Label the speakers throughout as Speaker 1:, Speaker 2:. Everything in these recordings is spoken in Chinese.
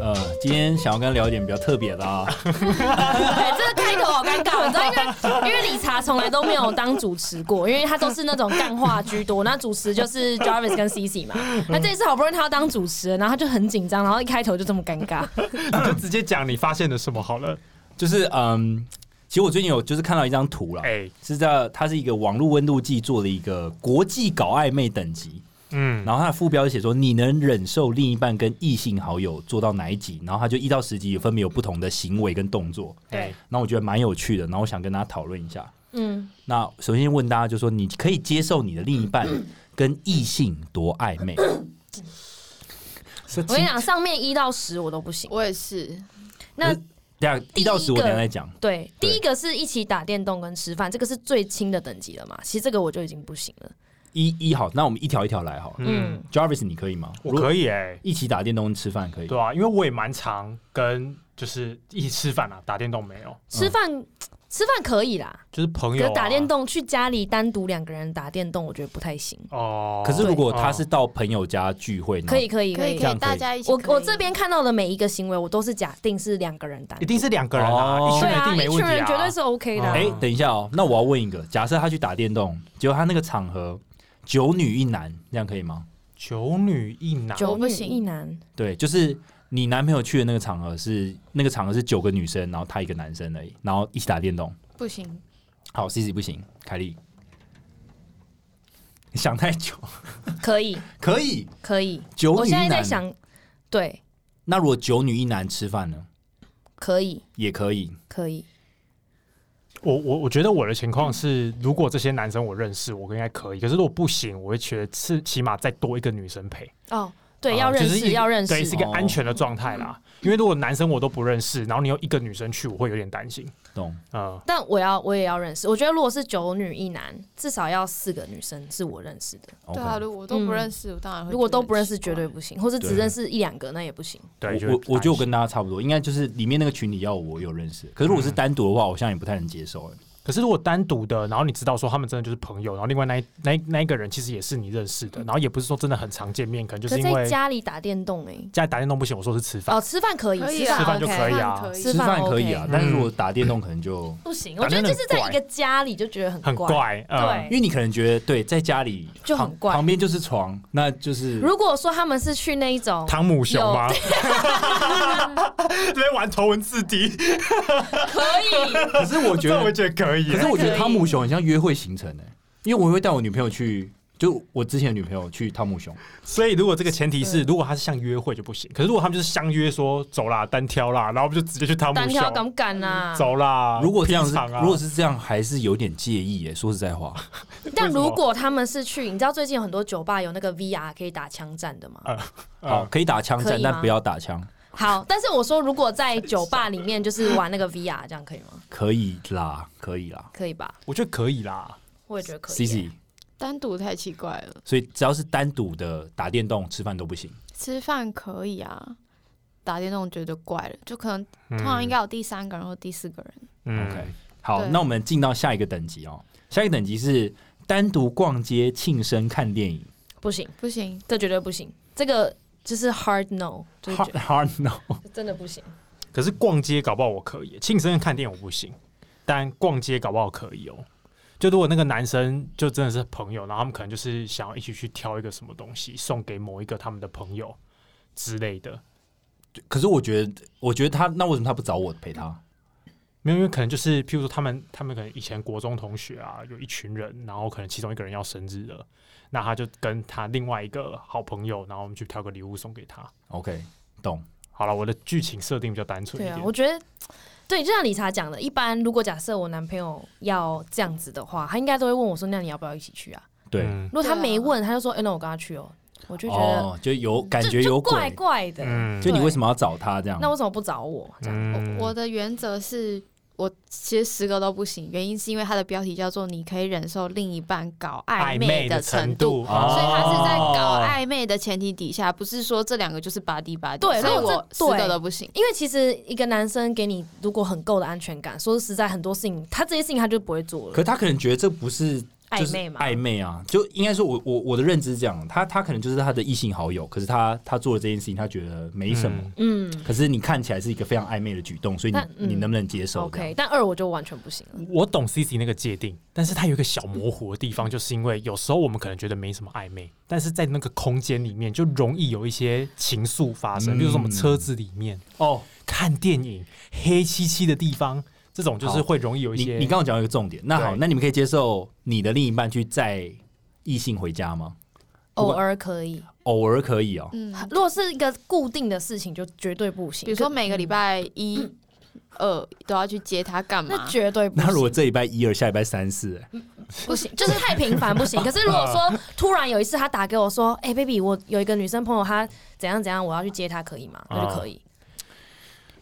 Speaker 1: 呃今天想要跟他聊一点比较特别的啊，
Speaker 2: 对，这个开头好尴尬，你知道，因为因为理查从来都没有当主持过，因为他都是那种干话居多。那主持就是 Jarvis 跟 Cici 嘛。那这一次好不容易他要当主持人，然后他就很紧张，然后一开头就这么尴尬。
Speaker 3: 你就直接讲你发现了什么好了。
Speaker 1: 就是嗯，其实我最近有就是看到一张图啦，
Speaker 3: 哎，
Speaker 1: 是在它是一个网络温度计做的一个国际搞暧昧等级，
Speaker 3: 嗯，
Speaker 1: 然后它的副标写说你能忍受另一半跟异性好友做到哪一级，然后它就一到十级分别有不同的行为跟动作，
Speaker 3: 哎，
Speaker 1: 那我觉得蛮有趣的，然后我想跟大家讨论一下。
Speaker 2: 嗯，
Speaker 1: 那首先问大家，就说你可以接受你的另一半跟异性多暧昧？
Speaker 3: 是
Speaker 2: 我跟你讲，上面一到十我都不行。
Speaker 4: 我也是，
Speaker 2: 那
Speaker 1: 这样一到十我等一下再讲。
Speaker 2: 对，
Speaker 1: 对
Speaker 2: 第一个是一起打电动跟吃饭，这个是最轻的等级了嘛。其实这个我就已经不行了。
Speaker 1: 一一好，那我们一条一条来好了。
Speaker 3: 嗯，
Speaker 2: 嗯
Speaker 1: Jarvis，你可以吗？
Speaker 3: 我可以哎，
Speaker 1: 一起打电动吃饭可以。
Speaker 3: 对啊，因为我也蛮常跟就是一起吃饭啊，打电动没有，
Speaker 2: 吃饭、吃饭可以啦，
Speaker 3: 就是朋
Speaker 2: 可
Speaker 3: 友
Speaker 2: 是
Speaker 3: 啊
Speaker 2: 打电动去家里单独两个人打电动，我觉得不太行。
Speaker 3: 哦。
Speaker 1: 可是如果
Speaker 3: 对
Speaker 1: 他是到朋友家聚会，然后
Speaker 2: 可以可以
Speaker 4: 可以
Speaker 1: 这
Speaker 4: 可
Speaker 1: 样可
Speaker 4: 以，
Speaker 1: 以
Speaker 4: 大家一起
Speaker 2: 我
Speaker 4: 可以。
Speaker 2: 我这边看到的每一个行为，我都是假定是两个人单
Speaker 3: 一定是两个人啊，
Speaker 1: 哦
Speaker 3: 一群
Speaker 2: 对
Speaker 3: 人一
Speaker 2: 啊，
Speaker 3: 定没
Speaker 2: 一群
Speaker 3: 问题
Speaker 2: 人
Speaker 3: 啊，
Speaker 2: 绝对是 OK 的啊、
Speaker 3: 嗯
Speaker 1: 哎、等一下哦，那我要问一个，假设他去打电动，结果他那个场合九女一男，这样可以吗？
Speaker 3: 九女一男，
Speaker 2: 九
Speaker 4: 不
Speaker 2: 女
Speaker 4: 行
Speaker 2: 一男，
Speaker 1: 对，就是你男朋友去的那个场合是那个场合是九个女生，然后他一个男生而已，然后一起打电动。
Speaker 4: 不行，
Speaker 1: 好，C C 不行，凯莉，你想太久，
Speaker 2: 可以
Speaker 1: 可以
Speaker 2: 可以。
Speaker 1: 九
Speaker 2: 我
Speaker 1: 女一
Speaker 2: 现在
Speaker 1: 男。
Speaker 2: 在想，对，
Speaker 1: 那如果九女一男吃饭呢？
Speaker 2: 可以
Speaker 1: 也可以。
Speaker 2: 可以。
Speaker 3: 我我我觉得我的情况是，如果这些男生我认识，我应该可以。可是如果不行，我会觉得是起码再多一个女生陪，
Speaker 2: 哦，对，
Speaker 3: 啊
Speaker 2: 要认
Speaker 3: 就是
Speaker 2: 识
Speaker 3: 一
Speaker 2: 要认
Speaker 3: 对，是
Speaker 2: 识
Speaker 3: 一。个安全的状态啦。因为如果男生我都不认识，然后你有一个女生去，我会有点担心。
Speaker 1: 懂，
Speaker 3: 嗯，
Speaker 2: 但我要我也要认识。我觉得如果是九女一男，至少要四个女生是我认识的。
Speaker 1: o
Speaker 4: 对啊，
Speaker 1: k
Speaker 4: 如果我都不认识，我当然会。
Speaker 2: 如果都不认识，绝对。不行，或是只
Speaker 1: 对
Speaker 2: 认识一两个，那也不行。
Speaker 3: 对，就
Speaker 1: 我
Speaker 3: 会
Speaker 1: 我我觉得我
Speaker 3: 担心
Speaker 1: 跟大家差不多，应该就是里面那个群体要我有认识，
Speaker 2: 嗯
Speaker 1: 可是如果是单独的话，我相信不太能接受。哎
Speaker 3: 可是如果单独的，然后你知道说他们真的就是朋友，然后另外那一那一那一个人其实也是你认识的，然后也不是说真的很常见面，可能就
Speaker 2: 嗯可
Speaker 3: 是因
Speaker 2: 在
Speaker 3: 为
Speaker 2: 家里打电动哎、
Speaker 3: 家里打电动不行，我说是吃饭。
Speaker 2: 哦，吃饭可以，
Speaker 4: 可以
Speaker 2: 吃
Speaker 4: 啊
Speaker 3: 吃饭就
Speaker 2: OK
Speaker 3: 可以啊
Speaker 4: 可以
Speaker 2: 吃
Speaker 1: 吃饭可以啊
Speaker 2: OK，
Speaker 3: 嗯
Speaker 1: 但是如果打电动可能就，
Speaker 2: 不行，我
Speaker 3: 反
Speaker 2: 觉
Speaker 3: 正
Speaker 2: 得就是在
Speaker 3: 很
Speaker 2: 一
Speaker 3: 怪
Speaker 2: 个家里就觉得很
Speaker 3: 很怪，嗯，
Speaker 2: 对
Speaker 1: 因为你可能觉得对，在家里
Speaker 2: 就很
Speaker 1: 旁
Speaker 2: 怪
Speaker 1: 旁边就是床，那就是
Speaker 2: 如果说他们是去那一种，
Speaker 3: 汤姆熊吗？ 这边玩头文字 D，
Speaker 2: 可以，
Speaker 1: 可是我觉
Speaker 3: 这我
Speaker 1: 得，
Speaker 3: 觉得可以啊
Speaker 1: 可
Speaker 3: 耶。
Speaker 1: 是我觉
Speaker 2: 可
Speaker 1: 得
Speaker 2: 以
Speaker 1: 汤姆熊很像约会行程哎、因为我会带我女朋友去，就我之前的女朋友去汤姆熊，
Speaker 3: 所以，如果这个前提是，
Speaker 2: 对
Speaker 3: 如果他是像约会就不行。可是如果他们就是相约说走啦，单挑啦，然后我们就直接去汤姆嗯
Speaker 2: 单挑敢
Speaker 3: 熊
Speaker 2: 不敢啊？
Speaker 3: 走啦。
Speaker 1: 如果这样
Speaker 3: 劈
Speaker 1: 是、
Speaker 3: 场啊
Speaker 1: 如果是这样还是有点介意哎、说实在话，
Speaker 2: 但
Speaker 3: 为什么
Speaker 2: 如果他们是去，你知道最近有很多酒吧有那个 VR 可以打枪战的嘛？
Speaker 1: 好
Speaker 3: 啊，
Speaker 1: 可以打枪
Speaker 2: 可
Speaker 1: 战，
Speaker 2: 以吗
Speaker 1: 但不要打枪，
Speaker 2: 好，但是我说如果在酒吧里面就是玩那个 VR，这样可以吗？
Speaker 1: 可以啦，可以啦
Speaker 2: 可以吧？
Speaker 3: 我觉得可以啦。
Speaker 2: 我也觉得可以、啊
Speaker 1: ，C C，
Speaker 4: 单独太奇怪了，
Speaker 1: 所以只要是单独的打电动吃饭都不行，
Speaker 4: 吃饭可以啊，打电动觉得怪了，就可能通常应该有第三个人或第四个人。
Speaker 3: 嗯
Speaker 1: OK 好，
Speaker 4: 对
Speaker 1: 那我们进到下一个等级哦，下一个等级是单独逛街、庆生、看电影。
Speaker 2: 不行，
Speaker 4: 不行，
Speaker 2: 这绝对不行，这个就是 hard no，就是觉
Speaker 1: Hard hard no，
Speaker 2: 得真的不行。
Speaker 3: 可是逛街搞不好我可以，庆生看电影我不行，但逛街搞不好可以哦、就如果那个男生就真的是朋友，然后他们可能就是想要一起去挑一个什么东西送给某一个他们的朋友之类的，
Speaker 1: 可是我觉得，我觉得他那为什么他不找我陪他？
Speaker 3: 没有，因为可能就是，譬如说他们他们可能以前国中同学啊，有一群人，然后可能其中一个人要生日了，那他就跟他另外一个好朋友，然后我们去挑个礼物送给他。
Speaker 1: OK，懂。
Speaker 3: 好了，我的剧情设定比较单纯
Speaker 2: 对
Speaker 3: 一
Speaker 2: 啊
Speaker 3: 点，，
Speaker 2: 我觉得。对，就像理查讲的，一般如果假设我男朋友要这样子的话，他应该都会问我说：“那你要不要一起去啊
Speaker 1: 对，
Speaker 3: 嗯？”
Speaker 2: 如果他没
Speaker 4: 对啊
Speaker 2: 问，他就说：“哎、那我跟他去哦。”我就觉得
Speaker 1: 哦，就有感
Speaker 2: 就
Speaker 1: 觉
Speaker 2: 就
Speaker 1: 有
Speaker 2: 怪
Speaker 1: 鬼，
Speaker 2: 怪的。
Speaker 3: 嗯
Speaker 1: 就你
Speaker 2: 对
Speaker 1: 为什么要找他这样
Speaker 2: 那？为什么不找我？这样、
Speaker 3: 嗯
Speaker 4: 我我的原则是我其实十个都不行，原因是因为它的标题叫做“你可以忍受另一半搞
Speaker 2: 啊
Speaker 4: 暧
Speaker 2: 嗯
Speaker 3: 嗯
Speaker 4: 昧的程度”，
Speaker 3: 度，
Speaker 1: 哦
Speaker 4: 所以他是在搞
Speaker 3: 哦
Speaker 4: 暧昧的前提底下，不是说这两个就是拔地拔地，
Speaker 2: 对
Speaker 4: 所以
Speaker 2: 如果
Speaker 4: 我
Speaker 2: 这
Speaker 4: 四
Speaker 2: 对
Speaker 4: 个都不行。
Speaker 2: 因为其实一个男生给你如果很够的安全感，说实在，很多事情他这些事情他就不会做
Speaker 1: 可
Speaker 2: 了。
Speaker 1: 他可能觉得这不是就
Speaker 2: 暧
Speaker 1: 是
Speaker 2: 昧嘛，
Speaker 1: 暧昧啊，就应该说我，我我的认知是这样，他他可能就是他的异性好友，可是他他做了这件事情，他觉得没什么，
Speaker 3: 嗯
Speaker 2: 嗯
Speaker 1: 可是你看起来是一个非常暧昧的举动，所以你、
Speaker 2: 但嗯
Speaker 1: 你能不能接受这样
Speaker 2: ，OK，但二我就完全不行
Speaker 1: 嗯
Speaker 2: 了。
Speaker 3: 我懂 C C 那个界定，但是它有一个小模糊的地方，就是因为有时候我们可能觉得没什么暧昧，但是在那个空间里面就容易有一些情愫发生，
Speaker 1: 嗯
Speaker 3: 比如说我们车子里面、
Speaker 1: 哦，
Speaker 3: 看电影、黑漆漆的地方，这种就是
Speaker 1: 好
Speaker 3: 会容易有一
Speaker 1: 你
Speaker 3: 些。
Speaker 1: 你刚刚讲到一个重点，那好，
Speaker 3: 对
Speaker 1: 那你们可以接受你的另一半去载异性回家吗？
Speaker 4: 偶尔可以，
Speaker 1: 偶尔可以哦，
Speaker 4: 嗯，
Speaker 2: 如果是一个固定的事情，就绝对不行。
Speaker 4: 比如说每个礼拜 一、二都要去接他干
Speaker 2: 那
Speaker 4: 嘛？
Speaker 2: 绝对不
Speaker 1: 那如
Speaker 2: 行，嗯
Speaker 1: 果这礼拜一二，下礼拜三四，哎
Speaker 2: 不行，就是太频繁不行。可是如果说突然有一次他打给我说：“哎、b a b y 我有一个女生朋友，她怎样怎样，我要去接她，可以吗？”那就可以。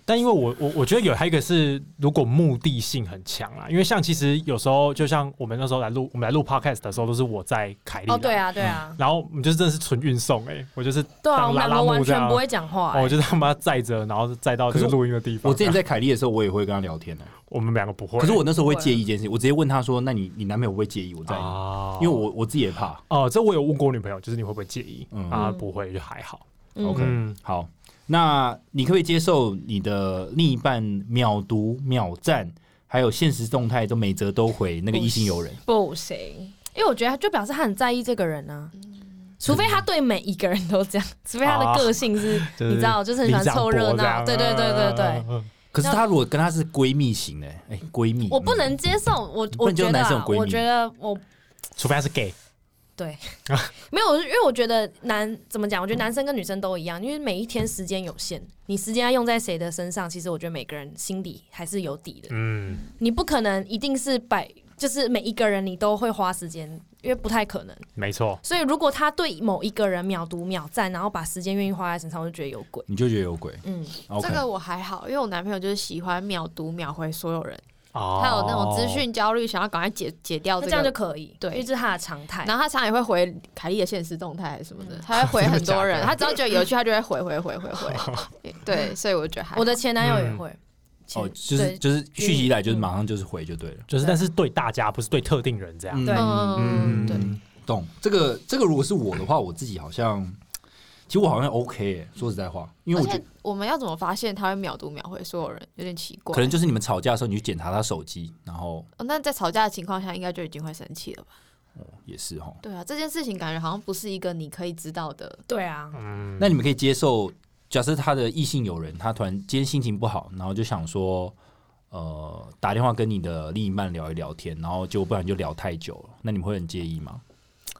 Speaker 3: 但因为我我我觉得有还有一个是，如果目的性很强啊啦，因为像其实有时候就像我们那时候来录我们来录 podcast 的时候，都是我在凯利，
Speaker 2: 哦，对，啊，对啊，
Speaker 3: 然后我们就真的是纯运送、欸，我就是
Speaker 2: 对啊，我
Speaker 3: 嗯当
Speaker 2: 们
Speaker 3: 拉
Speaker 2: 两
Speaker 3: 拉
Speaker 2: 个完
Speaker 3: 木这
Speaker 2: 全
Speaker 3: 样，
Speaker 2: 不会讲话、
Speaker 3: 哦
Speaker 2: 哎
Speaker 3: 我就他妈载着，然后载到这个
Speaker 1: 可是
Speaker 3: 录音的地方。
Speaker 1: 我之前在凯莉的时候，我也会跟她聊天哦、
Speaker 3: 我们两个不会，
Speaker 1: 可是我那时候会介意一件事情，我直接问她说：“那你你男朋友会不会介意我载你？”
Speaker 3: 啊
Speaker 1: 因为我我自己也怕。
Speaker 3: 哦，这我有问过我女朋友，就是你会不会介意？
Speaker 1: 嗯
Speaker 3: 啊，
Speaker 2: 嗯
Speaker 3: 不会，就还好。
Speaker 2: 嗯
Speaker 1: OK
Speaker 3: 嗯，
Speaker 1: 好，那你可不可以接受你的另一半秒读、秒赞，还有现实动态都每则都回那个异性友人？
Speaker 2: 不行，因为我觉得他就表示他很在意这个人啊。
Speaker 1: 嗯
Speaker 2: 除非他对每一个人都这样，除非他的个性是，
Speaker 1: 哦
Speaker 2: 你知道，就是很喜欢凑 热闹。对对对对
Speaker 1: 嗯
Speaker 2: 对，
Speaker 3: 对，
Speaker 1: 可是她如果跟她是闺蜜型的，哎、闺蜜，
Speaker 2: 我不能接受。我
Speaker 1: 不
Speaker 2: 我
Speaker 1: 然就
Speaker 2: 觉得、
Speaker 1: 男生
Speaker 2: 啊
Speaker 1: 有，闺蜜
Speaker 2: 我觉得我
Speaker 3: 除非他是 gay，
Speaker 2: 对，没有，我是因为我觉得男怎么讲？我觉得男生跟女生都一样，因为每一天时间有限，你时间要用在谁的身上，其实我觉得每个人心里还是有底的。
Speaker 3: 嗯，
Speaker 2: 你不可能一定是百，就是每一个人你都会花时间，因为不太可能。
Speaker 3: 没错。
Speaker 2: 所以如果他对某一个人秒读秒赞，然后把时间愿意花在身上，我就觉得有鬼。
Speaker 1: 你就觉得有鬼
Speaker 2: 嗯，
Speaker 1: ？OK，、
Speaker 4: 这个我还好，因为我男朋友就是喜欢秒读秒回所有人，
Speaker 3: 哦
Speaker 4: 他有那种资，讯焦虑，想要赶快解解掉
Speaker 2: 那
Speaker 4: 这
Speaker 2: 哦这样就
Speaker 4: 个。
Speaker 2: 可以，
Speaker 4: 对
Speaker 2: 因为这是他的常态。
Speaker 4: 然后他常常也会回凯莉的现实动态什么的，他会回很多人，
Speaker 3: 真的假的
Speaker 4: 他只要觉得有趣，他就会回回回回回。对，所以我觉得还好
Speaker 2: 我的前男友也会，前
Speaker 1: 哦，就是
Speaker 2: 对
Speaker 1: 就是续集一来就是
Speaker 2: 嗯
Speaker 1: 马上就是回就对了。
Speaker 3: 就是但是对大家不是对特定人这样。
Speaker 2: 对
Speaker 4: 嗯对
Speaker 1: 懂这个这个如果是我的话，我自己好像，其实我好像 OK，、欸、说实在话，因为
Speaker 4: 而
Speaker 1: 我觉
Speaker 4: 且
Speaker 1: 得
Speaker 4: 我们要怎么发现他会秒读秒回所有人，有点奇怪。
Speaker 1: 可能就是你们吵架的时候，你去检查他手机，然后
Speaker 4: 哦那在吵架的情况下，应该就已经会生气了吧？
Speaker 1: 也是哦哈。
Speaker 4: 对啊，这件事情感觉好像不是一个你可以知道的。
Speaker 2: 对啊，
Speaker 3: 嗯，
Speaker 1: 那你们可以接受，假设他的异性友人，他突然今天心情不好，然后就想说，呃，打电话跟你的另一半聊一聊天，然后就不然就聊太久了，那你们会很介意吗？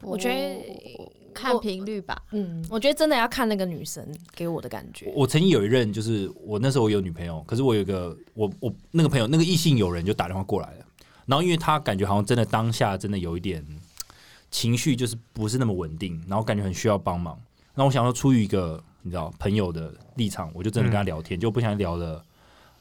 Speaker 2: 我觉得
Speaker 4: 看频率吧。
Speaker 2: 嗯，我觉得真的要看那个女生给我的感觉。
Speaker 1: 我曾经有一任，就是我那时候我有女朋友，可是我有一个我我那个朋友那个异性友人就打电话过来了，然后因为他感觉好像真的当下真的有一点情绪就是不是那么稳定，然后感觉很需要帮忙，然后我想说出于一个你知道朋友的立场，我就真的跟他聊天，就不想聊了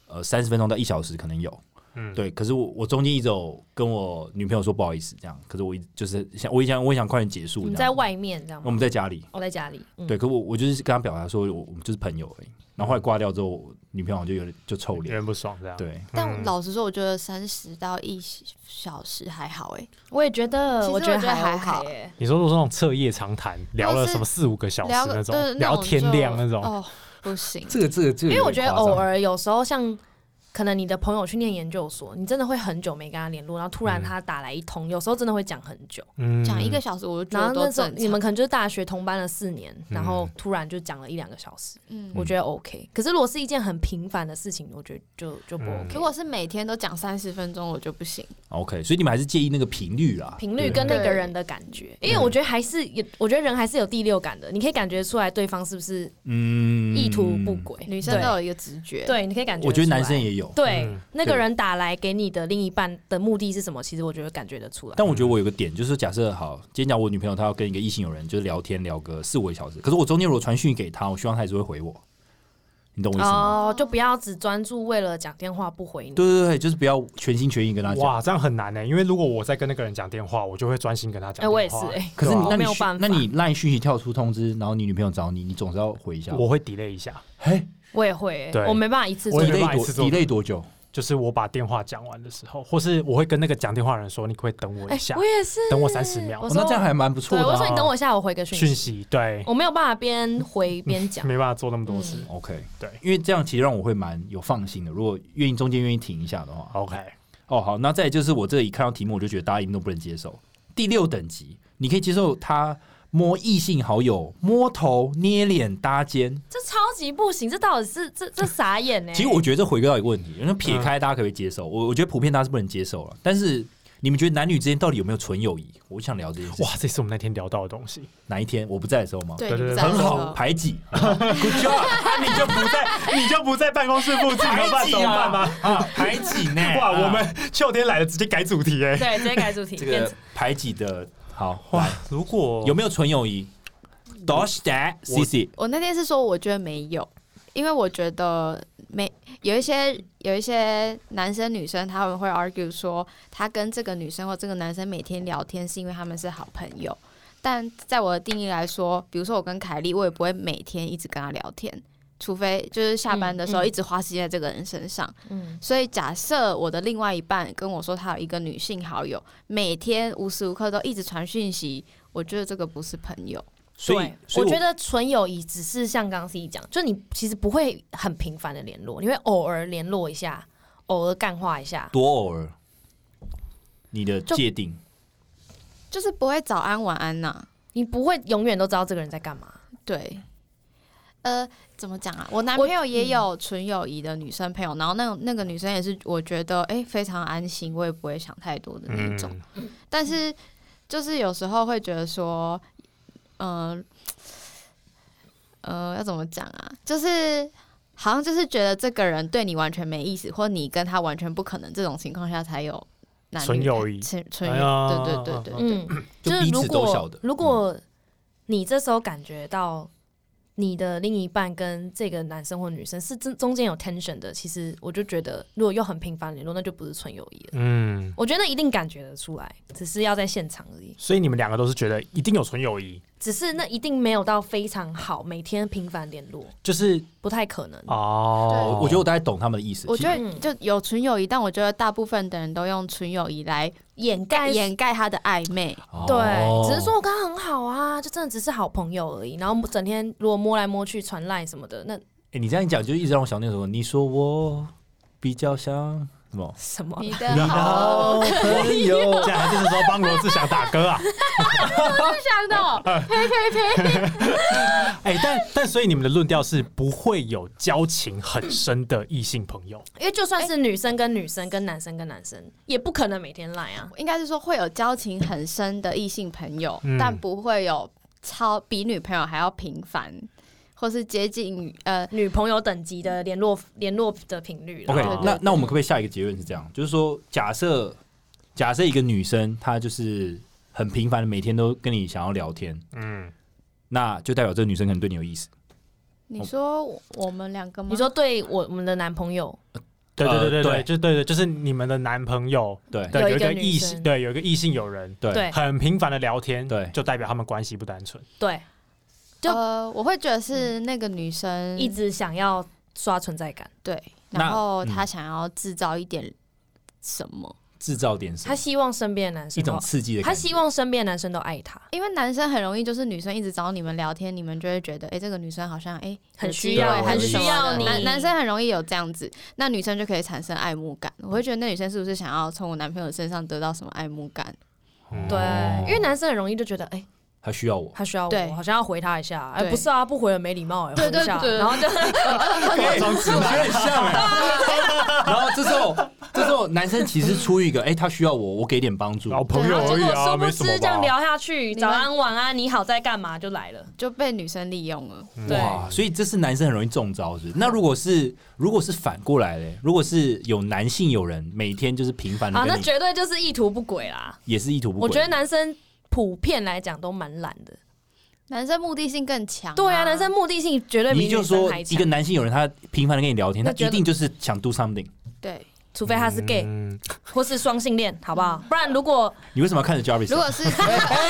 Speaker 1: 呃三十分钟到一小时可能有，
Speaker 3: 嗯
Speaker 1: 对，可是我我中间一直有跟我女朋友说不好意思这样，可是我一就是想我也想我也想快点结束
Speaker 2: 你
Speaker 1: 这
Speaker 2: 们
Speaker 1: 样，
Speaker 2: 在外面这样
Speaker 1: 我
Speaker 2: 吗？
Speaker 1: 们在家里，
Speaker 2: 我在家里，嗯，
Speaker 1: 嗯对，可我我就是跟他表达说，我我们就是朋友而已。然后后来挂掉之后，我女朋友就有点就臭
Speaker 3: 有
Speaker 1: 脸。
Speaker 3: 人不爽这样。
Speaker 1: 对，
Speaker 4: 但
Speaker 3: 嗯
Speaker 4: 我老实说，我觉得三十到一小时还好哎、
Speaker 2: 我也觉
Speaker 4: 其
Speaker 2: 得，
Speaker 4: 实
Speaker 2: 觉得
Speaker 4: 我觉得还
Speaker 2: OK
Speaker 4: 好
Speaker 2: 耶
Speaker 3: 你说如果是那种彻夜长谈，聊了
Speaker 4: 还是
Speaker 3: 什么四五个小时
Speaker 4: 聊
Speaker 3: 那
Speaker 4: 个
Speaker 3: 种
Speaker 4: 对，
Speaker 3: 聊
Speaker 4: 种
Speaker 3: 天
Speaker 4: 就
Speaker 3: 亮那种，
Speaker 4: 哦，不行。
Speaker 1: 这个这个这
Speaker 2: 因为我觉得
Speaker 1: 啊
Speaker 2: 偶尔有时候像。可能你的朋友去念研究所，你真的会很久没跟他联络，然后突然
Speaker 3: 嗯
Speaker 2: 他打来一通，有时候真的会讲很久。
Speaker 3: 嗯
Speaker 4: 讲一个小时我就觉
Speaker 2: 然后
Speaker 4: 得都
Speaker 2: 那时
Speaker 4: 正
Speaker 2: 候
Speaker 4: 常。
Speaker 2: 你们可能就是大学同班了四年，
Speaker 1: 嗯
Speaker 2: 然后突然就讲了一两个小时，
Speaker 4: 嗯，
Speaker 2: 我觉得 OK。可是如果是一件很频繁的事情，我觉得就就不
Speaker 3: 嗯
Speaker 2: OK
Speaker 4: 如。果是每天都讲三十分钟，我就不行。
Speaker 1: OK，所以你们还是介意那个频率啦，
Speaker 2: 频率
Speaker 1: 对
Speaker 2: 跟那个人的感觉，因为我觉得还是有，我觉得人还是有第六感的，你可以感觉出来对方是不是
Speaker 1: 嗯
Speaker 2: 意图不。轨。
Speaker 4: 女生都有一个直觉，
Speaker 2: 对，对，你可以感觉出来。
Speaker 1: 我觉得男生也有，
Speaker 2: 对
Speaker 3: 嗯
Speaker 2: 那个
Speaker 1: 对
Speaker 2: 人打来给你的另一半的目的是什么，其实我觉得感觉得出来。
Speaker 1: 但我觉得我有个点，就是假设好，今天讲我女朋友她要跟一个异性友人就是聊天聊个四五个小时，可是我中间如果传讯给她，我希望她还是会回我，你懂我意思吗？
Speaker 2: 哦，就不要只专注为了讲电话不回你。
Speaker 1: 对对对，就是不要全心全意跟她讲。
Speaker 3: 哇，这样很难欸呢、因为如果我在跟那个人讲电话，我就会专心跟他讲、
Speaker 2: 哎，
Speaker 3: 电话
Speaker 2: 我也是，
Speaker 4: 欸
Speaker 2: 哎，
Speaker 1: 可是你
Speaker 3: 啊
Speaker 2: 我
Speaker 1: 那
Speaker 2: 没
Speaker 1: 你
Speaker 2: 有
Speaker 1: 讯
Speaker 2: 办
Speaker 1: 那
Speaker 2: 法，
Speaker 1: 你赖讯息跳出通知，然后你女朋友找你，你总是要回一下吧。
Speaker 3: 我会 delay 一下。
Speaker 1: 嘿，
Speaker 2: 我也会，哎
Speaker 3: 对
Speaker 2: 我没办法一次
Speaker 3: 我
Speaker 2: 做
Speaker 3: 也
Speaker 1: 你
Speaker 3: 没
Speaker 1: 累
Speaker 3: 办法一
Speaker 1: 多
Speaker 3: 次做
Speaker 1: 你累多久？
Speaker 3: 就是我把电话讲完的时候，或是我会跟那个讲电话的人说，你可不可以等我
Speaker 4: 哎
Speaker 3: 一下
Speaker 4: 我，也是，
Speaker 3: 等我30秒
Speaker 4: 我
Speaker 1: 哦
Speaker 4: 说
Speaker 1: 那这样还蛮不错
Speaker 2: 对，
Speaker 1: 的、啊。
Speaker 2: 我说你等我一下，我回个讯
Speaker 3: 讯
Speaker 2: 息。
Speaker 3: 息对，
Speaker 2: 我没有办法边回 边讲，
Speaker 3: 没办法做那么多事。
Speaker 1: OK，
Speaker 3: 对
Speaker 1: 因为这样其实让我会蛮有放心的。如果愿意中间愿意停一下的话，
Speaker 3: OK，
Speaker 1: 哦好，那再来就是我这一看到题目，我就觉得大家一定都不能接受。第六等级，你可以接受他摸异性好友、摸头、捏脸、搭肩。
Speaker 2: 这超级不行，这到底是这这傻眼欸 呢、
Speaker 1: 其实我觉得这回归到一个问题，那撇开大家可不可以接受，我我觉得普遍大家是不能接受了。但是你们觉得男女之间到底有没有纯友谊？我想聊这件事。哇
Speaker 3: 哇，，这是我们那天聊到的东西。
Speaker 1: 哪一天我不在的时候吗？
Speaker 4: 对
Speaker 3: 对对
Speaker 4: 你
Speaker 3: 对
Speaker 4: 在
Speaker 1: 很
Speaker 4: 的时
Speaker 1: 好，
Speaker 4: 候
Speaker 1: 排 挤。
Speaker 3: Good job！啊你就不在， 你就不在办公室附近，怎 么办？怎么办吗？？
Speaker 1: 啊，排挤呢啊
Speaker 3: 哇，我们秋天来了，直接改主题哎、
Speaker 2: 对，直接改主题。
Speaker 1: 这
Speaker 2: 变
Speaker 1: 个
Speaker 2: 成
Speaker 1: 排挤的好
Speaker 3: 哇
Speaker 1: 哇，，
Speaker 3: 如果
Speaker 1: 哦有没有纯友谊？多谢 C C，
Speaker 4: 我那天是说，我觉得没有，因为我觉得没有一些有一些男生女生他们会 argue 说，他跟这个女生或这个男生每天聊天是因为他们是好朋友。但在我的定义来说，比如说我跟凯莉，我也不会每天一直跟她聊天，除非就是下班的时候
Speaker 2: 嗯嗯
Speaker 4: 一直花时间在这个人身上。
Speaker 2: 嗯，
Speaker 4: 所以假设我的另外一半跟我说他有一个女性好友，每天无时无刻都一直传讯息，我觉得这个不是朋友。
Speaker 1: 所以
Speaker 2: 对
Speaker 1: 所以
Speaker 2: 我觉得纯友谊只是像刚刚 C 讲，就你其实不会很频繁的联络，你会偶尔联络一下，偶尔干话一下。
Speaker 1: 多偶尔，你的
Speaker 2: 就
Speaker 1: 界定
Speaker 4: 就是不会早安晚安呐、
Speaker 2: 你不会永远都知道这个人在干嘛。
Speaker 4: 对，呃，怎么讲啊？我男朋友也有纯友谊的女生朋友，然后那种那个女生也是我觉得哎、诶非常安心，我也不会想太多的那种。
Speaker 3: 嗯
Speaker 4: 但是就是有时候会觉得说，呃，呃，要怎么讲啊？就是。好像就是觉得这个人对你完全没意思，或你跟他完全不可能，这种情况下才有男女
Speaker 3: 纯友谊
Speaker 4: 纯纯
Speaker 3: 哎
Speaker 4: 友
Speaker 3: 呀
Speaker 4: 对对对对
Speaker 2: 嗯，
Speaker 1: 就
Speaker 2: 就是
Speaker 1: 彼
Speaker 2: 如
Speaker 1: 此都晓
Speaker 2: 果
Speaker 1: 得嗯
Speaker 2: 如果你这时候感觉到你的另一半跟这个男生或女生是中中间有 tension 的，其实我就觉得，如果又很频繁联络，那就不是纯友谊了。
Speaker 3: 嗯，
Speaker 2: 我觉得一定感觉得出来，只是要在现场而已。
Speaker 3: 所以你们两个都是觉得一定有纯友谊，
Speaker 2: 只是那一定没有到非常好，每天频繁联络，
Speaker 3: 就是
Speaker 2: 不太可能。
Speaker 3: 哦，
Speaker 1: 我觉得我大概懂他们的意思。
Speaker 4: 我
Speaker 1: 其
Speaker 4: 觉
Speaker 1: 实
Speaker 4: 得就有纯友谊，但我觉得大部分的人都用纯友谊来
Speaker 2: 掩盖
Speaker 4: 掩盖他的暧昧。
Speaker 2: 对，
Speaker 1: 哦
Speaker 2: 只是说我跟他很好啊，就真的只是好朋友而已。然后整天如果摸来摸去、传赖什么的，那
Speaker 1: 诶哎你这样讲就一直让我想那首，你说我比较像什 么？
Speaker 2: 什么？
Speaker 4: 你
Speaker 3: 你
Speaker 4: 的
Speaker 3: 好
Speaker 4: 好，
Speaker 1: 朋友
Speaker 3: 这样还是说帮罗志祥打 歌啊？
Speaker 4: 想到
Speaker 3: 哎、但但所以你们的论调是不会有交情很深的异性朋友，
Speaker 2: 因为就算是女生跟女生、跟男生跟男生，也不可能每天赖啊。
Speaker 4: 应该是说会有交情很深的异性朋友，
Speaker 3: 嗯
Speaker 4: 但不会有超比女朋友还要频繁，或是接近呃，
Speaker 2: 女朋友等级的联络联络的频率啦
Speaker 1: OK，
Speaker 3: 对
Speaker 1: 那那我们可不可以下一个结论是这样？就是说，假设假设一个女生她就是很频繁的每天都跟你想要聊天，
Speaker 3: 嗯，
Speaker 1: 那就代表这个女生可能对你有意思。
Speaker 4: 你说我们两个吗？
Speaker 2: 你说对我我们的男朋友
Speaker 3: 对对对对对，
Speaker 1: 呃对
Speaker 3: 就对对，就是你们的男朋友
Speaker 1: 对
Speaker 3: 对
Speaker 2: 有一
Speaker 3: 有一
Speaker 2: 个
Speaker 3: 个
Speaker 2: 女
Speaker 3: 异
Speaker 2: 生
Speaker 3: 性，对有一个异性友人，
Speaker 1: 对
Speaker 2: 对
Speaker 3: 很频繁的聊天，
Speaker 1: 对
Speaker 3: 就代表他们关系不单纯。
Speaker 2: 对，就嗯
Speaker 4: 呃，我会觉得是那个女生
Speaker 2: 一直想要刷存在感，
Speaker 4: 对，
Speaker 1: 那
Speaker 4: 然后
Speaker 1: 嗯
Speaker 4: 她想要制造一点什么。
Speaker 1: 制造点什
Speaker 2: 她
Speaker 1: 么
Speaker 2: 希望身边的男生
Speaker 1: 一
Speaker 2: 都
Speaker 1: 种刺激的感
Speaker 2: 她
Speaker 1: 觉。
Speaker 2: 希望身边的男生都爱她，
Speaker 4: 因为男生很容易就是女生一直找你们聊天，你们就会觉得，哎、这个女生好像哎、诶
Speaker 2: 很
Speaker 4: 有
Speaker 2: 需
Speaker 4: 机会
Speaker 2: 要
Speaker 4: 很
Speaker 1: 很需
Speaker 4: 什么
Speaker 2: 要
Speaker 4: 的
Speaker 2: 你
Speaker 4: 男男生很容易有这样子，那女生就可以产生爱慕感。我会觉得那女生是不是想要从我男朋友身上得到什么爱慕感？
Speaker 2: 对，因为男生很容易就觉得，哎、
Speaker 1: 她哦需要我。
Speaker 2: 他需要
Speaker 4: 对
Speaker 2: 我，好像要回他一下，哎、
Speaker 4: 对
Speaker 2: 不是啊，不回了没礼貌、哎，
Speaker 4: 对对
Speaker 2: 回一下
Speaker 4: 对对
Speaker 2: 然后就
Speaker 3: 装直
Speaker 1: 有点像哎、 然后这时候，这时候男生其实出于一个，哎、他需要我，我给点帮助。
Speaker 3: 老朋友
Speaker 2: 然后
Speaker 3: 而
Speaker 2: 结
Speaker 3: 已
Speaker 2: 果
Speaker 3: 啊，
Speaker 2: 殊不
Speaker 3: 没
Speaker 2: 知
Speaker 3: 什么
Speaker 2: 这样
Speaker 3: 吧。
Speaker 2: 聊下去，
Speaker 4: 你们
Speaker 2: 早安晚安，你好在干嘛就来了，
Speaker 4: 就被女生利用了。
Speaker 2: 对
Speaker 1: 哇，所以这是男生很容易中招是不是那如果是如果是反过来嘞，如果是有男性友人每天就是频繁的
Speaker 2: 啊，那
Speaker 1: 跟你，
Speaker 2: 绝对就是意图不轨啦。
Speaker 1: 也是意图不轨。
Speaker 2: 我觉得男生普遍来讲都蛮懒的，
Speaker 4: 男生目的性更强、
Speaker 2: 对啊，男生目的性绝对比
Speaker 1: 你就
Speaker 2: 女生
Speaker 1: 说
Speaker 2: 还
Speaker 1: 一
Speaker 2: 强
Speaker 1: 个。男性友人他频繁的跟你聊天，他
Speaker 2: 那觉得
Speaker 1: 一定就是想 do something。
Speaker 4: 对，
Speaker 2: 除非他是 gay、
Speaker 3: 嗯
Speaker 2: 或是双性恋，好不好？
Speaker 4: 嗯
Speaker 2: 不然如果
Speaker 1: 你为什么要看着 Jarvis？
Speaker 4: 如果是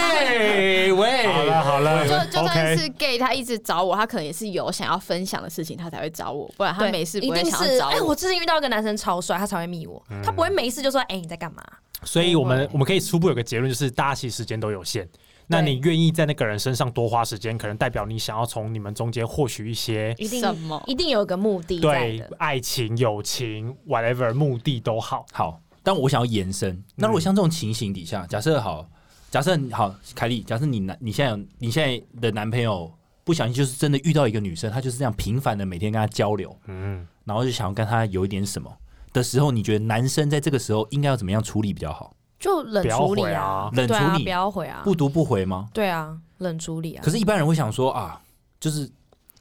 Speaker 1: 哎喂，
Speaker 3: 嗯好了好了，
Speaker 4: 就 就算
Speaker 3: OK，
Speaker 4: 是 gay，他一直找我，他可能也是有想要分享的事情，他才会找我，不然他
Speaker 2: 对
Speaker 4: 没事
Speaker 2: 一
Speaker 4: 不会
Speaker 2: 定
Speaker 4: 想
Speaker 2: 是
Speaker 4: 要找
Speaker 2: 哎、我最近遇到一个男生超帅，他才会密我，
Speaker 1: 嗯
Speaker 2: 他不会没事就说哎、你在干嘛？
Speaker 3: 所以我们
Speaker 2: 哦
Speaker 3: 我们可以初步有个结论，就是大家其实时间都有限。那
Speaker 2: 对
Speaker 3: 你愿意在那个人身上多花时间，可能代表你想要从你们中间获取一些
Speaker 2: 一定
Speaker 4: 什么
Speaker 2: 一定有个目的在
Speaker 3: 对
Speaker 2: 的。
Speaker 3: 爱情、友情 whatever 目的都好。
Speaker 1: 好，但我想要延伸。那如果像这种情形底下，假设好，假设好，凯莉，假设你男，你现在有你现在的男朋友不小心就是真的遇到一个女生，她就是这样频繁的每天跟她交流，
Speaker 3: 嗯，
Speaker 1: 然后就想要跟她有一点什么的时候，你觉得男生在这个时候应该要怎么样处理比较好？
Speaker 2: 就冷处理
Speaker 1: 不要回啊
Speaker 2: 对
Speaker 1: 冷处
Speaker 2: 啊，
Speaker 1: 理
Speaker 2: 不要回啊，
Speaker 1: 不读不回吗？
Speaker 2: 对啊，冷处理啊
Speaker 1: 可。是，一般人会想说啊，就是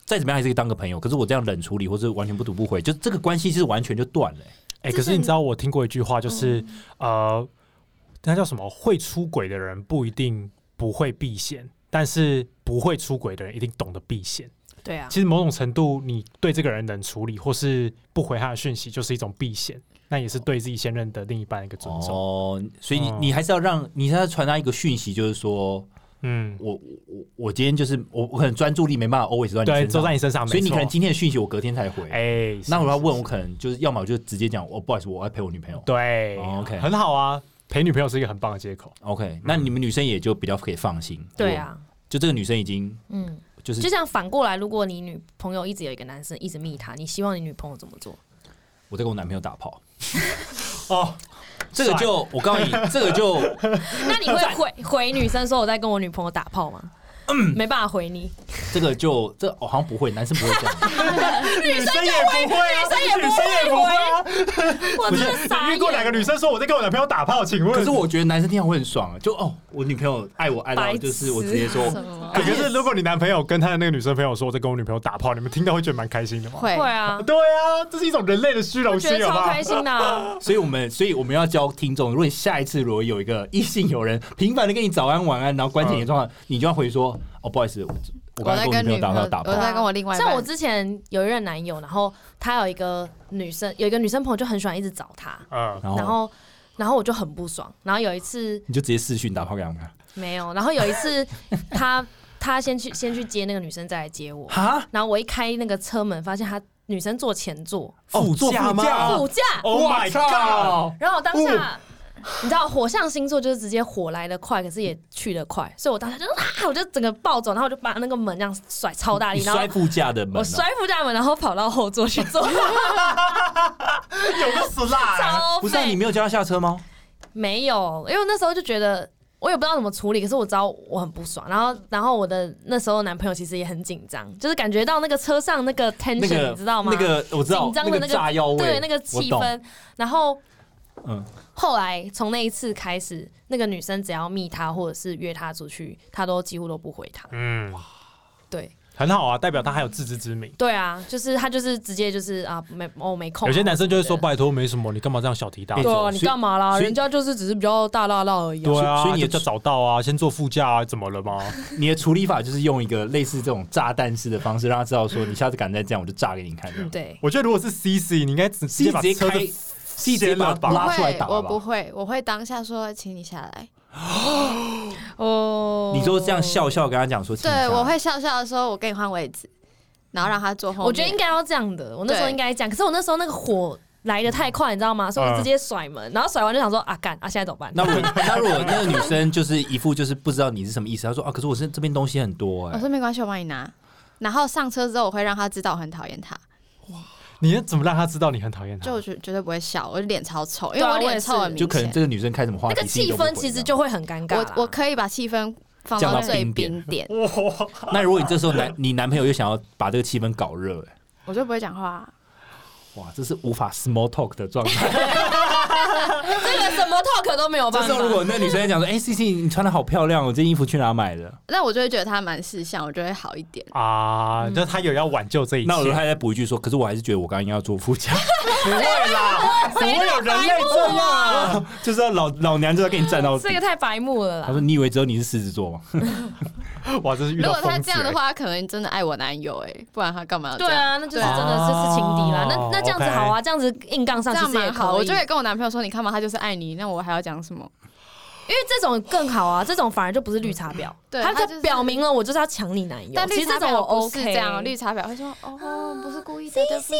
Speaker 1: 再怎么样还是可以当个朋友。可是我这样冷处理，或是完全不读不回，就这个关系是完全就断了欸、
Speaker 3: 哎、
Speaker 2: 这
Speaker 3: 可是
Speaker 2: 是
Speaker 3: 你知道我听过一句话，就是、呃，那叫什么？会出轨的人不一定不会避嫌，但是不会出轨的人一定懂得避嫌。
Speaker 2: 对啊，
Speaker 3: 其实某种程度，你对这个人冷处理或是不回他的讯息，就是一种避嫌，那也是对自己现任的另一半的一个尊重。
Speaker 1: 哦，所以你
Speaker 3: 哦
Speaker 1: 你还是要让你还是要传达一个讯息，就是说
Speaker 3: 嗯，
Speaker 1: 我我我我今天就是我我可能专注力没办法 always 都在
Speaker 3: 对，
Speaker 1: 你身
Speaker 3: 都
Speaker 1: 上，
Speaker 3: 在你身上，
Speaker 1: 所以你
Speaker 3: 没
Speaker 1: 可
Speaker 3: 错
Speaker 1: 能今天的讯息我隔天才回。
Speaker 3: 哎、
Speaker 1: 那我要问，我
Speaker 3: 我，
Speaker 1: 可能就是要么我就直接讲，我、不好意思，我要陪我女朋友。
Speaker 3: 对、
Speaker 1: 哦，OK
Speaker 3: 很好啊，陪女朋友是一个很棒的借口。
Speaker 1: OK，那
Speaker 3: 嗯
Speaker 1: 你们女生也就比较可以放心。
Speaker 2: 对，啊，
Speaker 1: 就这个女生已经
Speaker 2: 嗯，
Speaker 1: 就是
Speaker 2: 就像反过来，如果你女朋友一直有一个男生一直密她，你希望你女朋友怎么做？
Speaker 1: 我在跟我男朋友打炮，
Speaker 3: 哦，
Speaker 1: 这个就我告诉你，这个就
Speaker 2: 那你 会回回女生说我在跟我女朋友打炮吗？嗯，没办法回你，
Speaker 1: 这个就这我、好像不会，男生不会 这样。
Speaker 3: 女生也不会啊，女生也不会啊。
Speaker 2: 我
Speaker 3: 不
Speaker 2: 真的
Speaker 3: 是
Speaker 2: 傻
Speaker 3: 你遇过哪个
Speaker 2: 眼。
Speaker 3: 女生说我在跟我男朋友打炮？请问，
Speaker 1: 可是我觉得男生听到会很爽啊，就哦，我女朋友爱我爱到
Speaker 2: 白痴啊
Speaker 1: 就是我直接说，
Speaker 4: 什么
Speaker 3: 可是如果你男朋友跟他的那个女生朋友说我在跟我女朋友打炮，你们听到会觉得蛮开心的吗？
Speaker 4: 会
Speaker 2: 会啊，
Speaker 3: 对啊，这是一种人类的虚荣
Speaker 2: 我觉
Speaker 3: 心，
Speaker 2: 得
Speaker 3: 好不
Speaker 2: 超
Speaker 3: 好
Speaker 2: 开？心的 啊。
Speaker 1: 所以我们所以我们要教听众，如果你下一次如果有一个异性友人频繁的跟你早安晚安，然后关心你的状况，你就要回说哦，不好意思，我我刚
Speaker 4: 我
Speaker 1: 才跟我
Speaker 4: 在跟
Speaker 1: 女朋
Speaker 4: 女
Speaker 1: 友打
Speaker 4: 朋
Speaker 1: 炮打炮，
Speaker 2: 呃
Speaker 4: 友，我在跟我另外一半
Speaker 2: 像我之前有一任男友，然后他有一个女生，有一个女生朋友就很喜欢一直找他，
Speaker 3: 嗯，
Speaker 1: 然
Speaker 2: 然
Speaker 1: 后
Speaker 2: 后然后我就很不爽。然后有一次
Speaker 1: 你就直接视讯打炮给他们看，
Speaker 2: 没有，然后有一次 他他先去先去接那个女生，再来接我。
Speaker 1: 哈，
Speaker 2: 然后我一开那个车门，发现他女生坐前座
Speaker 1: 哦
Speaker 3: 副驾吗啊
Speaker 2: 副驾，
Speaker 3: Oh my god！
Speaker 2: 然后我当
Speaker 1: 哦
Speaker 2: 下。你知道火象星座就是直接火来的快，可是也去的快，所以我当下就啊，我就整个暴走，然后我就把那个门这样甩超大
Speaker 1: 你
Speaker 2: 力，然后
Speaker 1: 摔副驾的门哦，
Speaker 2: 我摔副驾门，然后跑到后座去坐，
Speaker 3: 有
Speaker 1: 哦
Speaker 3: 个死啦，
Speaker 2: 超
Speaker 1: 不是啊
Speaker 2: 废
Speaker 1: 你没有叫他下车吗？
Speaker 2: 没有，因为那时候就觉得我也不知道怎么处理，可是我知道我很不爽。然后，然后我的那时候男朋友其实也很紧张，就是感觉到那个车上那个 tension，、
Speaker 1: 那个
Speaker 2: 你知道吗？
Speaker 1: 那个我知道，
Speaker 2: 紧张的
Speaker 1: 那
Speaker 2: 那
Speaker 1: 个
Speaker 2: 个
Speaker 1: 炸药味，
Speaker 2: 对那个
Speaker 1: 我
Speaker 2: 气
Speaker 1: 懂，
Speaker 2: 氛。然后
Speaker 1: 嗯，
Speaker 2: 后来从那一次开始，那个女生只要密他或者是约他出去，他都几乎都不回他。
Speaker 3: 嗯，
Speaker 2: 对
Speaker 3: 很好啊，代表他还有自知之明。
Speaker 2: 对啊，就是他就是直接就是啊没哦没空啊、
Speaker 3: 有些男生就会说：“
Speaker 2: 对
Speaker 3: 拜托，没什么，你干嘛这样小题大
Speaker 1: 对
Speaker 3: 做？”
Speaker 2: 啊，你干嘛啦？
Speaker 1: 所以
Speaker 2: 人家就是只是比较大辣辣而已、啊。
Speaker 3: 对啊，
Speaker 1: 所以你也
Speaker 3: 就叫找到啊，先坐副驾啊，怎么了吗？
Speaker 1: 你的处理法就是用一个类似这种炸弹式的方式，让他知道说你下次敢再这样，我就炸给你看。这样
Speaker 2: 对，
Speaker 3: 我觉得如果是 CC，你应该直
Speaker 1: 直接
Speaker 3: 把
Speaker 1: 直接
Speaker 3: 车
Speaker 1: 开，
Speaker 3: 子
Speaker 1: 直接把
Speaker 4: 不
Speaker 1: 它
Speaker 4: 会
Speaker 1: 拉出来打
Speaker 4: 我
Speaker 1: 吧
Speaker 4: 不。会，我会当下说，请你下来。
Speaker 2: 哦
Speaker 1: 你就这样笑笑跟他讲说，请你
Speaker 4: 对，
Speaker 1: 下
Speaker 4: 我会笑笑的说，我给你换位置，然后让他坐后面。
Speaker 2: 我觉得应该要这样的，我那时候
Speaker 4: 对
Speaker 2: 应该这样，可是我那时候那个火来的太快，你知道吗？所以我直接甩门，然后甩完就想说啊干啊，现在怎么办？
Speaker 1: 嗯那我那如果那个女生就是一副就是不知道你是什么意思，她说啊，可是我是这边东西很多哎、
Speaker 4: 我说没关系，我帮你拿。然后上车之后，我会让他知道我很讨厌他，
Speaker 3: 你怎么让他知道你很讨厌他？
Speaker 4: 就我绝绝对不会笑，我脸超臭，因
Speaker 2: 对
Speaker 4: 为
Speaker 2: 啊
Speaker 4: 我
Speaker 2: 我也
Speaker 4: 脸
Speaker 2: 是
Speaker 4: 臭很
Speaker 1: 就
Speaker 4: 明
Speaker 1: 可能
Speaker 4: 显。
Speaker 1: 这个女生开什么话
Speaker 2: 那
Speaker 1: 题，
Speaker 2: 个气氛其实就会很尴尬啦。
Speaker 4: 我我可以把气氛放
Speaker 1: 降
Speaker 4: 到
Speaker 1: 到
Speaker 4: 最
Speaker 1: 冰点
Speaker 4: 冰点，
Speaker 3: 哇，
Speaker 1: 那如果你这时候男你男朋友又想要把这个气氛搞热、哎，
Speaker 4: 我就不会讲话啊。
Speaker 1: 哇，这是无法 small talk 的状 态。
Speaker 2: 这个什么 talk 都没有
Speaker 1: 这
Speaker 2: 办
Speaker 1: 时候如
Speaker 2: 法。
Speaker 1: 果那女生讲说，哎、c C 你穿的好漂亮哦，我这件衣服去哪买的？
Speaker 4: 那我就会觉得他蛮识相，我就会好一点。
Speaker 2: 嗯
Speaker 3: 啊，就他有要挽救这一切。
Speaker 1: 那我
Speaker 2: 哎
Speaker 1: 还再补一
Speaker 2: 哎
Speaker 1: 句说，可是我还是觉得我刚刚应该要做副驾。
Speaker 3: 不会啦，不会有人类这样啊。
Speaker 1: 要 就是要老老娘就要跟你站到底
Speaker 5: 这。个太白目了
Speaker 1: 他
Speaker 5: 啦。
Speaker 1: 说：“你以为只有你是狮子座吗
Speaker 2: 哎
Speaker 3: 哇，这是遇
Speaker 4: 如
Speaker 3: 到
Speaker 4: 果他
Speaker 3: 疯子
Speaker 4: 这样的
Speaker 3: 欸
Speaker 4: 话，他可能真的爱我男友哎、不然他干嘛要这
Speaker 2: 对
Speaker 4: 样？
Speaker 2: 啊，那就是真
Speaker 3: 对
Speaker 2: 的是是情敌啦。
Speaker 3: 哦
Speaker 2: 那那这样子
Speaker 3: OK
Speaker 2: 好啊，这样子硬杠上
Speaker 4: 这样
Speaker 2: 其实也
Speaker 4: 蛮好。
Speaker 2: 可
Speaker 4: 我
Speaker 2: 以，
Speaker 4: 就会跟我男朋友说，你看嘛，他就是爱你，那我还要讲什么？
Speaker 2: 因为这种更好啊，这种反而就不是绿茶婊，
Speaker 4: 对
Speaker 2: 嗯他
Speaker 4: 他就是
Speaker 2: 就表明了我就是要抢你男友。
Speaker 4: 但
Speaker 2: 其
Speaker 4: 绿
Speaker 2: 实
Speaker 4: 茶
Speaker 2: 这种我
Speaker 4: 婊不
Speaker 2: OK，
Speaker 4: 是这样，绿茶婊会说哦，不是故意的，
Speaker 2: 啊
Speaker 4: 对不起，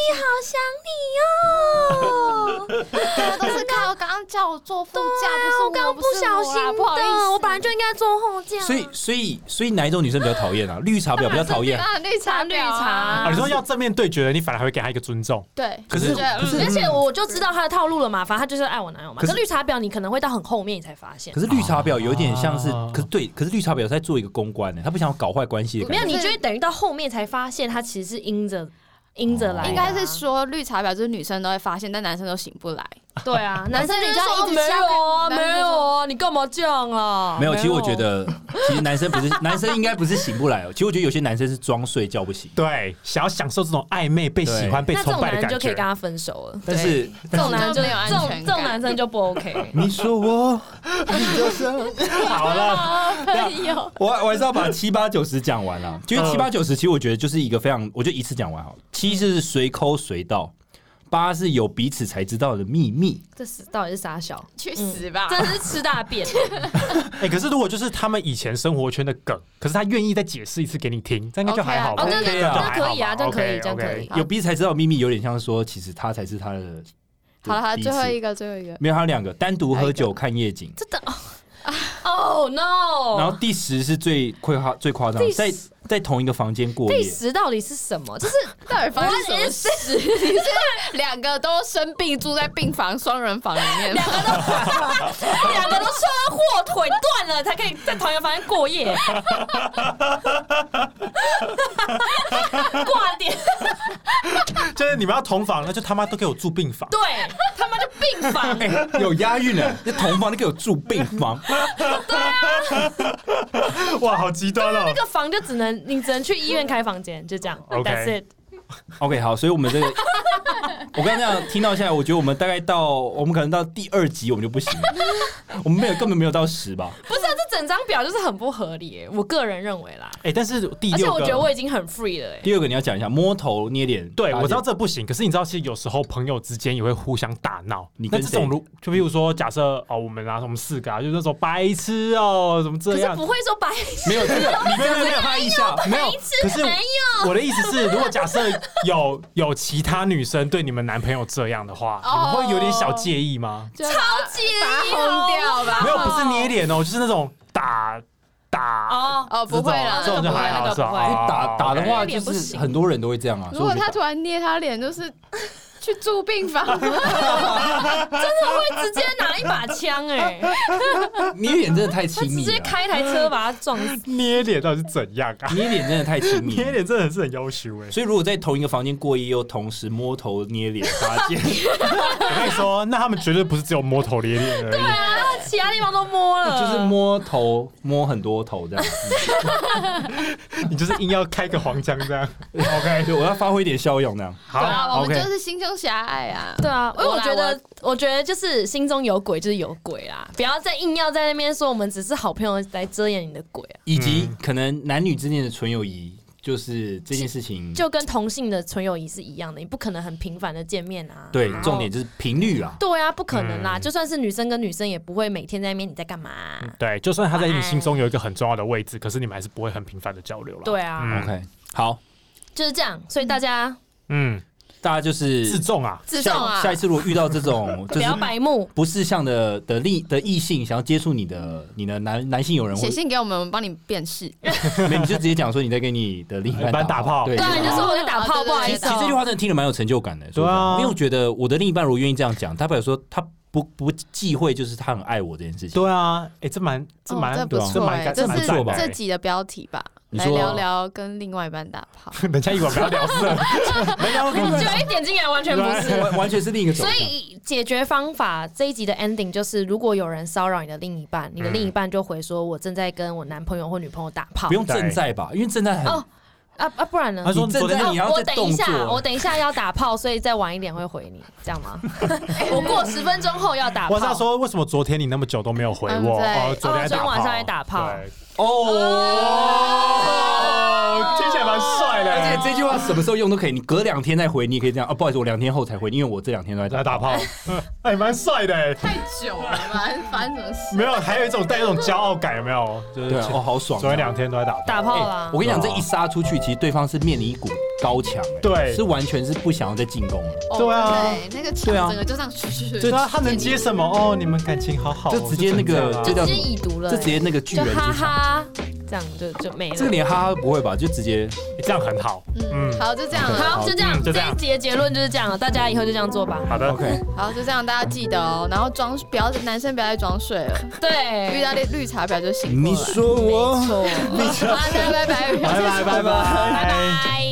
Speaker 2: 好想你哦。
Speaker 4: 大家都是靠刚刚叫我坐副驾，不是
Speaker 2: 我刚刚
Speaker 4: 不
Speaker 2: 不
Speaker 4: 是
Speaker 2: 小
Speaker 4: 我
Speaker 2: 心
Speaker 4: 啦
Speaker 2: 的，
Speaker 4: 不好意思，
Speaker 2: 我本来就应该坐后架。？”
Speaker 1: 所以，所以，所以哪一种女生比较讨厌啊？绿茶婊比较讨厌。
Speaker 4: 啊，绿茶
Speaker 5: 绿
Speaker 4: 婊啊
Speaker 3: 啊，你说要正面对决的，你反而还会给他一个尊重。
Speaker 4: 对，
Speaker 1: 可是
Speaker 4: 我觉得
Speaker 1: 可是
Speaker 4: 嗯
Speaker 2: 而且我就知道他的套路了嘛，反正他就是爱我男友嘛。
Speaker 1: 可
Speaker 2: 可
Speaker 1: 是
Speaker 2: 绿茶婊你可能会到很后面你才发现
Speaker 1: 可，是绿茶婊有点像是
Speaker 3: 啊，
Speaker 1: 可是对，可是绿茶婊在做一个公关呢，她不想要搞坏关系的
Speaker 2: 没
Speaker 1: 感
Speaker 2: 有，
Speaker 1: 觉。
Speaker 2: 你
Speaker 4: 就是
Speaker 2: 就会等于到后面才发现他其实是阴着阴着来的啊。
Speaker 4: 应该是说绿茶婊就是女生都会发现，但男生都醒不来。
Speaker 2: 对 啊，男生就
Speaker 4: 生就
Speaker 2: 说
Speaker 4: 是说没
Speaker 2: 没
Speaker 4: 有
Speaker 2: 有
Speaker 4: 啊
Speaker 2: 啊，
Speaker 4: 没
Speaker 2: 没
Speaker 4: 有
Speaker 2: 有啊，你干嘛这样啊？
Speaker 1: 没有，其实我觉得，其实男生不是男生应该不是醒不来哦。其实我觉得有些男生是装睡觉不醒，
Speaker 3: 对，想要享受这种暧昧、被喜欢、被
Speaker 2: 那这
Speaker 3: 崇
Speaker 2: 种
Speaker 3: 拜
Speaker 2: 男
Speaker 3: 的
Speaker 2: 人
Speaker 3: 感
Speaker 2: 就可以
Speaker 3: 觉
Speaker 2: 跟。他分手了。
Speaker 1: 但是
Speaker 2: 这种男人就
Speaker 4: 没有安
Speaker 2: 这种
Speaker 4: 全感
Speaker 2: 这种男生就不 OK。
Speaker 1: 你说我，你就是。
Speaker 3: 好了，
Speaker 2: 啊
Speaker 1: 朋 友，我我还是要把七八九十讲完了，因为七八九十其实我觉得就是一个非常，我就一次讲完好了。七就是随抠随到，八是有彼此才知道的秘密，
Speaker 2: 这是到底是傻小？
Speaker 4: 去死吧！
Speaker 2: 真的是吃大 便。
Speaker 3: 哎，可是如果就是他们以前生活圈的梗，可是他愿意再解释一次给你听，这样应该就
Speaker 4: OK 啊
Speaker 3: 还好吧？
Speaker 2: 哦那
Speaker 1: 那
Speaker 3: 样就
Speaker 1: 那
Speaker 3: 还好
Speaker 2: 可以啊
Speaker 3: 吧
Speaker 2: 这样可以
Speaker 3: OK，
Speaker 2: 这样可以
Speaker 3: OK
Speaker 1: 有彼此才知道的秘密，有点像说其实他才是他的。
Speaker 4: 好了，好了，
Speaker 1: 彼此
Speaker 4: 最后一个，最后一个，
Speaker 1: 没有，还有两个，单独喝
Speaker 4: 还有
Speaker 1: 酒
Speaker 4: 一
Speaker 1: 看夜景，
Speaker 2: 真的哦 哦
Speaker 1: 然
Speaker 2: no！
Speaker 1: 后第十是最夸最夸张
Speaker 2: 第，十
Speaker 1: 在在同一个房间过
Speaker 2: 第
Speaker 1: 夜。
Speaker 2: 十到底是什么？就是
Speaker 4: 到底发生什么事？你是两个都生病，住在病房双人房里面，
Speaker 2: 两个都两个都车祸腿断了，才可以在同一个房间过夜，挂点
Speaker 3: 就是你们要同房，那就他妈都给我住病房。
Speaker 2: 对他妈就病房，
Speaker 3: 哎
Speaker 1: 有押韵呢，这同房你给我住病房，
Speaker 3: 哇，好极端哦
Speaker 2: 那！个房就只能你只能去医院开房间，就这样。
Speaker 3: OK
Speaker 2: That's it。
Speaker 1: OK，好，所以我们这个，我刚刚这样听到下来，我觉得我们大概到我们可能到第二集我们就不行了，我们没有根本没有到十吧。
Speaker 2: 不是、啊，这整张表就是很不合理耶、我个人认为啦。
Speaker 3: 哎，但是第
Speaker 2: 而且
Speaker 3: 六
Speaker 2: 我觉得
Speaker 3: 个，
Speaker 2: 我已经很 free 了、耶。
Speaker 1: 第二个你要讲一下摸头捏脸，
Speaker 3: 对
Speaker 1: 打
Speaker 3: 我
Speaker 1: 脸
Speaker 3: 知道这不行，可是你知道，其实有时候朋友之间也会互相大闹。
Speaker 1: 你
Speaker 3: 那
Speaker 1: 跟
Speaker 3: 这
Speaker 1: 谁
Speaker 3: 种如就比如说，假设哦，我们啊，我们四个啊，就那种白痴哦，怎么这
Speaker 2: 可是
Speaker 3: 样？
Speaker 2: 不会说白
Speaker 1: 没有这个，你真的没有他一下，
Speaker 3: 没有，可是
Speaker 2: 没
Speaker 3: 我的意思是，如果假设有有其他女生对你们男朋友这样的话，
Speaker 4: 哦
Speaker 3: 你们会有点小介意吗？
Speaker 4: 超级把他轰掉吧！
Speaker 3: 没有，不是捏脸哦，就是那种打打，
Speaker 2: 哦，
Speaker 4: 哦，不会啦，
Speaker 3: 这种
Speaker 4: 那
Speaker 3: 就
Speaker 4: 个不
Speaker 3: 还
Speaker 4: 会，那
Speaker 3: 好
Speaker 4: 个
Speaker 3: 是
Speaker 4: 不
Speaker 3: 吧？哦
Speaker 4: 会。
Speaker 1: 因为打打的话就
Speaker 2: 捏脸不
Speaker 1: 是
Speaker 2: 行
Speaker 1: 很多人都会这样啊。
Speaker 4: 如果他突
Speaker 1: 所以
Speaker 4: 然捏他脸，就是去住病房，
Speaker 2: 会直接拿一把 枪哎、
Speaker 3: 啊
Speaker 1: 我觉得捏脸真的太
Speaker 2: 他
Speaker 1: 亲
Speaker 2: 直
Speaker 1: 密
Speaker 2: 接
Speaker 1: 了，
Speaker 2: 开台车把他撞死。
Speaker 3: 捏脸到底是怎样啊？
Speaker 1: 捏脸真的太亲密
Speaker 3: 捏
Speaker 1: 了。
Speaker 3: 脸真的是很要求哎。
Speaker 1: 所以如果在同一个房间过夜，又同时摸头捏脸搭肩，
Speaker 3: 我跟你说，那他们绝对不是只有摸头捏脸而已。
Speaker 2: 啊，其他地方都摸 了，
Speaker 1: 哦就是摸头摸很多头这样。
Speaker 3: 你就是硬要开个黄腔这样。OK，
Speaker 1: 对，我要发挥一点效用那样。
Speaker 4: 对啊，
Speaker 3: 好
Speaker 4: 我们
Speaker 3: ，OK
Speaker 4: 就。是心胸狭隘啊。
Speaker 2: 对啊，因为
Speaker 4: 我
Speaker 2: 我
Speaker 4: 啦
Speaker 2: 觉得，我觉得就是心中有鬼就是有鬼啦，不要再硬要在那边说我们只是好朋友来遮掩你的鬼啊，
Speaker 1: 以及嗯可能男女之间的纯友谊，就是这件事情。
Speaker 2: 就跟同性的纯友谊是一样的，你不可能很频繁的见面啊。
Speaker 1: 对，
Speaker 2: 然后
Speaker 1: 重点就是频率啊。
Speaker 2: 对啊，不可能啦，
Speaker 3: 嗯
Speaker 2: 就算是女生跟女生也不会每天在那边你在干嘛、
Speaker 1: 嗯
Speaker 3: 对，就算他在你心中有一个很重要的位置，可是你们还是不会很频繁的交流了。，
Speaker 2: 对啊，
Speaker 3: 嗯
Speaker 1: OK，好，
Speaker 2: 就是这样，所以大家
Speaker 3: 嗯，
Speaker 1: 大家就是
Speaker 3: 自重啊，
Speaker 4: 自重
Speaker 1: 下
Speaker 4: 啊，
Speaker 1: 下一次如果遇到这 种就
Speaker 2: 不
Speaker 1: 是
Speaker 2: 要白目，
Speaker 1: 不识相的的异的异性，想要接触你的你的男男性友人，或
Speaker 4: 写信给我们，我们帮你辨识。
Speaker 1: 没你就直接讲说你在跟你的另一
Speaker 3: 一般
Speaker 1: 半
Speaker 3: 打炮
Speaker 1: 对，
Speaker 2: 对啊，
Speaker 1: 就
Speaker 2: 你就说我在打
Speaker 4: 哦
Speaker 2: 炮，
Speaker 4: 对对对
Speaker 2: 不好意思
Speaker 1: 其实这句
Speaker 2: 哦、
Speaker 1: 话真的听着蛮有成就感的，
Speaker 3: 对啊
Speaker 1: 说真的因为我觉得我的另一半如果愿意这样讲，他代表说他不不忌讳，就是他很爱我这件事情。
Speaker 3: 对啊，哎，这蛮这
Speaker 4: 哦
Speaker 3: 蛮
Speaker 4: 这不错
Speaker 3: 蛮
Speaker 4: 哎，
Speaker 3: 感
Speaker 4: 这
Speaker 3: 蛮
Speaker 4: 是
Speaker 3: 赞的
Speaker 4: 这
Speaker 3: 欸
Speaker 4: 集的标题吧？
Speaker 1: 你
Speaker 4: 来
Speaker 1: 说
Speaker 4: 聊聊跟另外一半打炮。
Speaker 3: 人家以为不要聊 色，人家会
Speaker 2: 就一点进来完全不 是。
Speaker 1: 完完全是另一个走
Speaker 2: 所
Speaker 1: 向。
Speaker 2: 以解决方法这一集的 ending 就是，如果有人骚扰你的另一半，你的另一半就回说：“我正在跟我男朋友或女朋友打炮。
Speaker 1: 不”用正在吧，因为正在很
Speaker 2: 哦啊啊，不然呢
Speaker 3: 他？说
Speaker 1: 你
Speaker 3: 昨
Speaker 1: 正
Speaker 3: 天
Speaker 1: 在你要
Speaker 2: 我
Speaker 1: 在
Speaker 2: 等
Speaker 1: 动
Speaker 2: 一
Speaker 1: 作
Speaker 2: 下，我等一下要打炮，所以再晚一点会回你，这样吗？我过十分钟后要打炮。
Speaker 3: 我是要说，为什么昨天你那么久都没有回
Speaker 4: 嗯
Speaker 3: 我？
Speaker 4: 对
Speaker 3: 哦，昨天
Speaker 2: 哦
Speaker 3: 还
Speaker 2: 昨天
Speaker 3: 打
Speaker 2: 晚上
Speaker 3: 炮
Speaker 2: 还打炮
Speaker 3: 对
Speaker 2: 哦
Speaker 3: 哦，听起来蛮帅的。
Speaker 1: 而且哎这句话什么时候用都可以，你隔两天再回，你也可以这样啊。不好意思，我两天后才回，因为我这两天都在
Speaker 3: 来打 炮，哎，蛮帅的哎。
Speaker 4: 太久了吧，发生什么事？
Speaker 3: 没有，还有一种带一种骄傲感，有没有？就是
Speaker 1: 对啊，哦，好爽啊！
Speaker 3: 昨天两天都在打炮。
Speaker 2: 打炮啊啦
Speaker 1: 哎，我跟你讲，这一杀出去，其实对方是面临一股高墙，哎
Speaker 3: 对
Speaker 1: 是完全是不想要再进攻了，
Speaker 4: 哦
Speaker 3: 对啊
Speaker 4: 对，那个
Speaker 1: 对啊
Speaker 4: 墙整个就这样去去去
Speaker 3: 对啊，他能接什么？哦，你们感情好好哦，
Speaker 1: 就直接那个这
Speaker 3: 就这
Speaker 1: 叫
Speaker 2: 直
Speaker 3: 样啊
Speaker 2: 接已读了，欸
Speaker 1: 这直接那个巨
Speaker 2: 就
Speaker 1: 人之场，
Speaker 2: 哈哈，这样就就没
Speaker 1: 这个
Speaker 2: 了。
Speaker 1: 连哈哈不会吧？就直接
Speaker 3: 哎这样很好。
Speaker 4: 嗯，
Speaker 3: 嗯
Speaker 4: 好，就这样了。
Speaker 2: 好，就这样，
Speaker 3: 嗯就这样
Speaker 2: 一节结论就是这样了，大家以后就这样做吧。
Speaker 3: 好的
Speaker 1: OK，
Speaker 4: 好，就这样，大家记得哦。然后装不要，男生不要再装睡了， 遇
Speaker 2: 对，
Speaker 4: 到绿绿茶婊就醒过
Speaker 1: 你
Speaker 4: 来。
Speaker 1: 说我。
Speaker 2: 错，
Speaker 4: 好，大家拜拜，拜
Speaker 3: 拜拜
Speaker 2: 拜
Speaker 3: 拜拜
Speaker 2: 拜。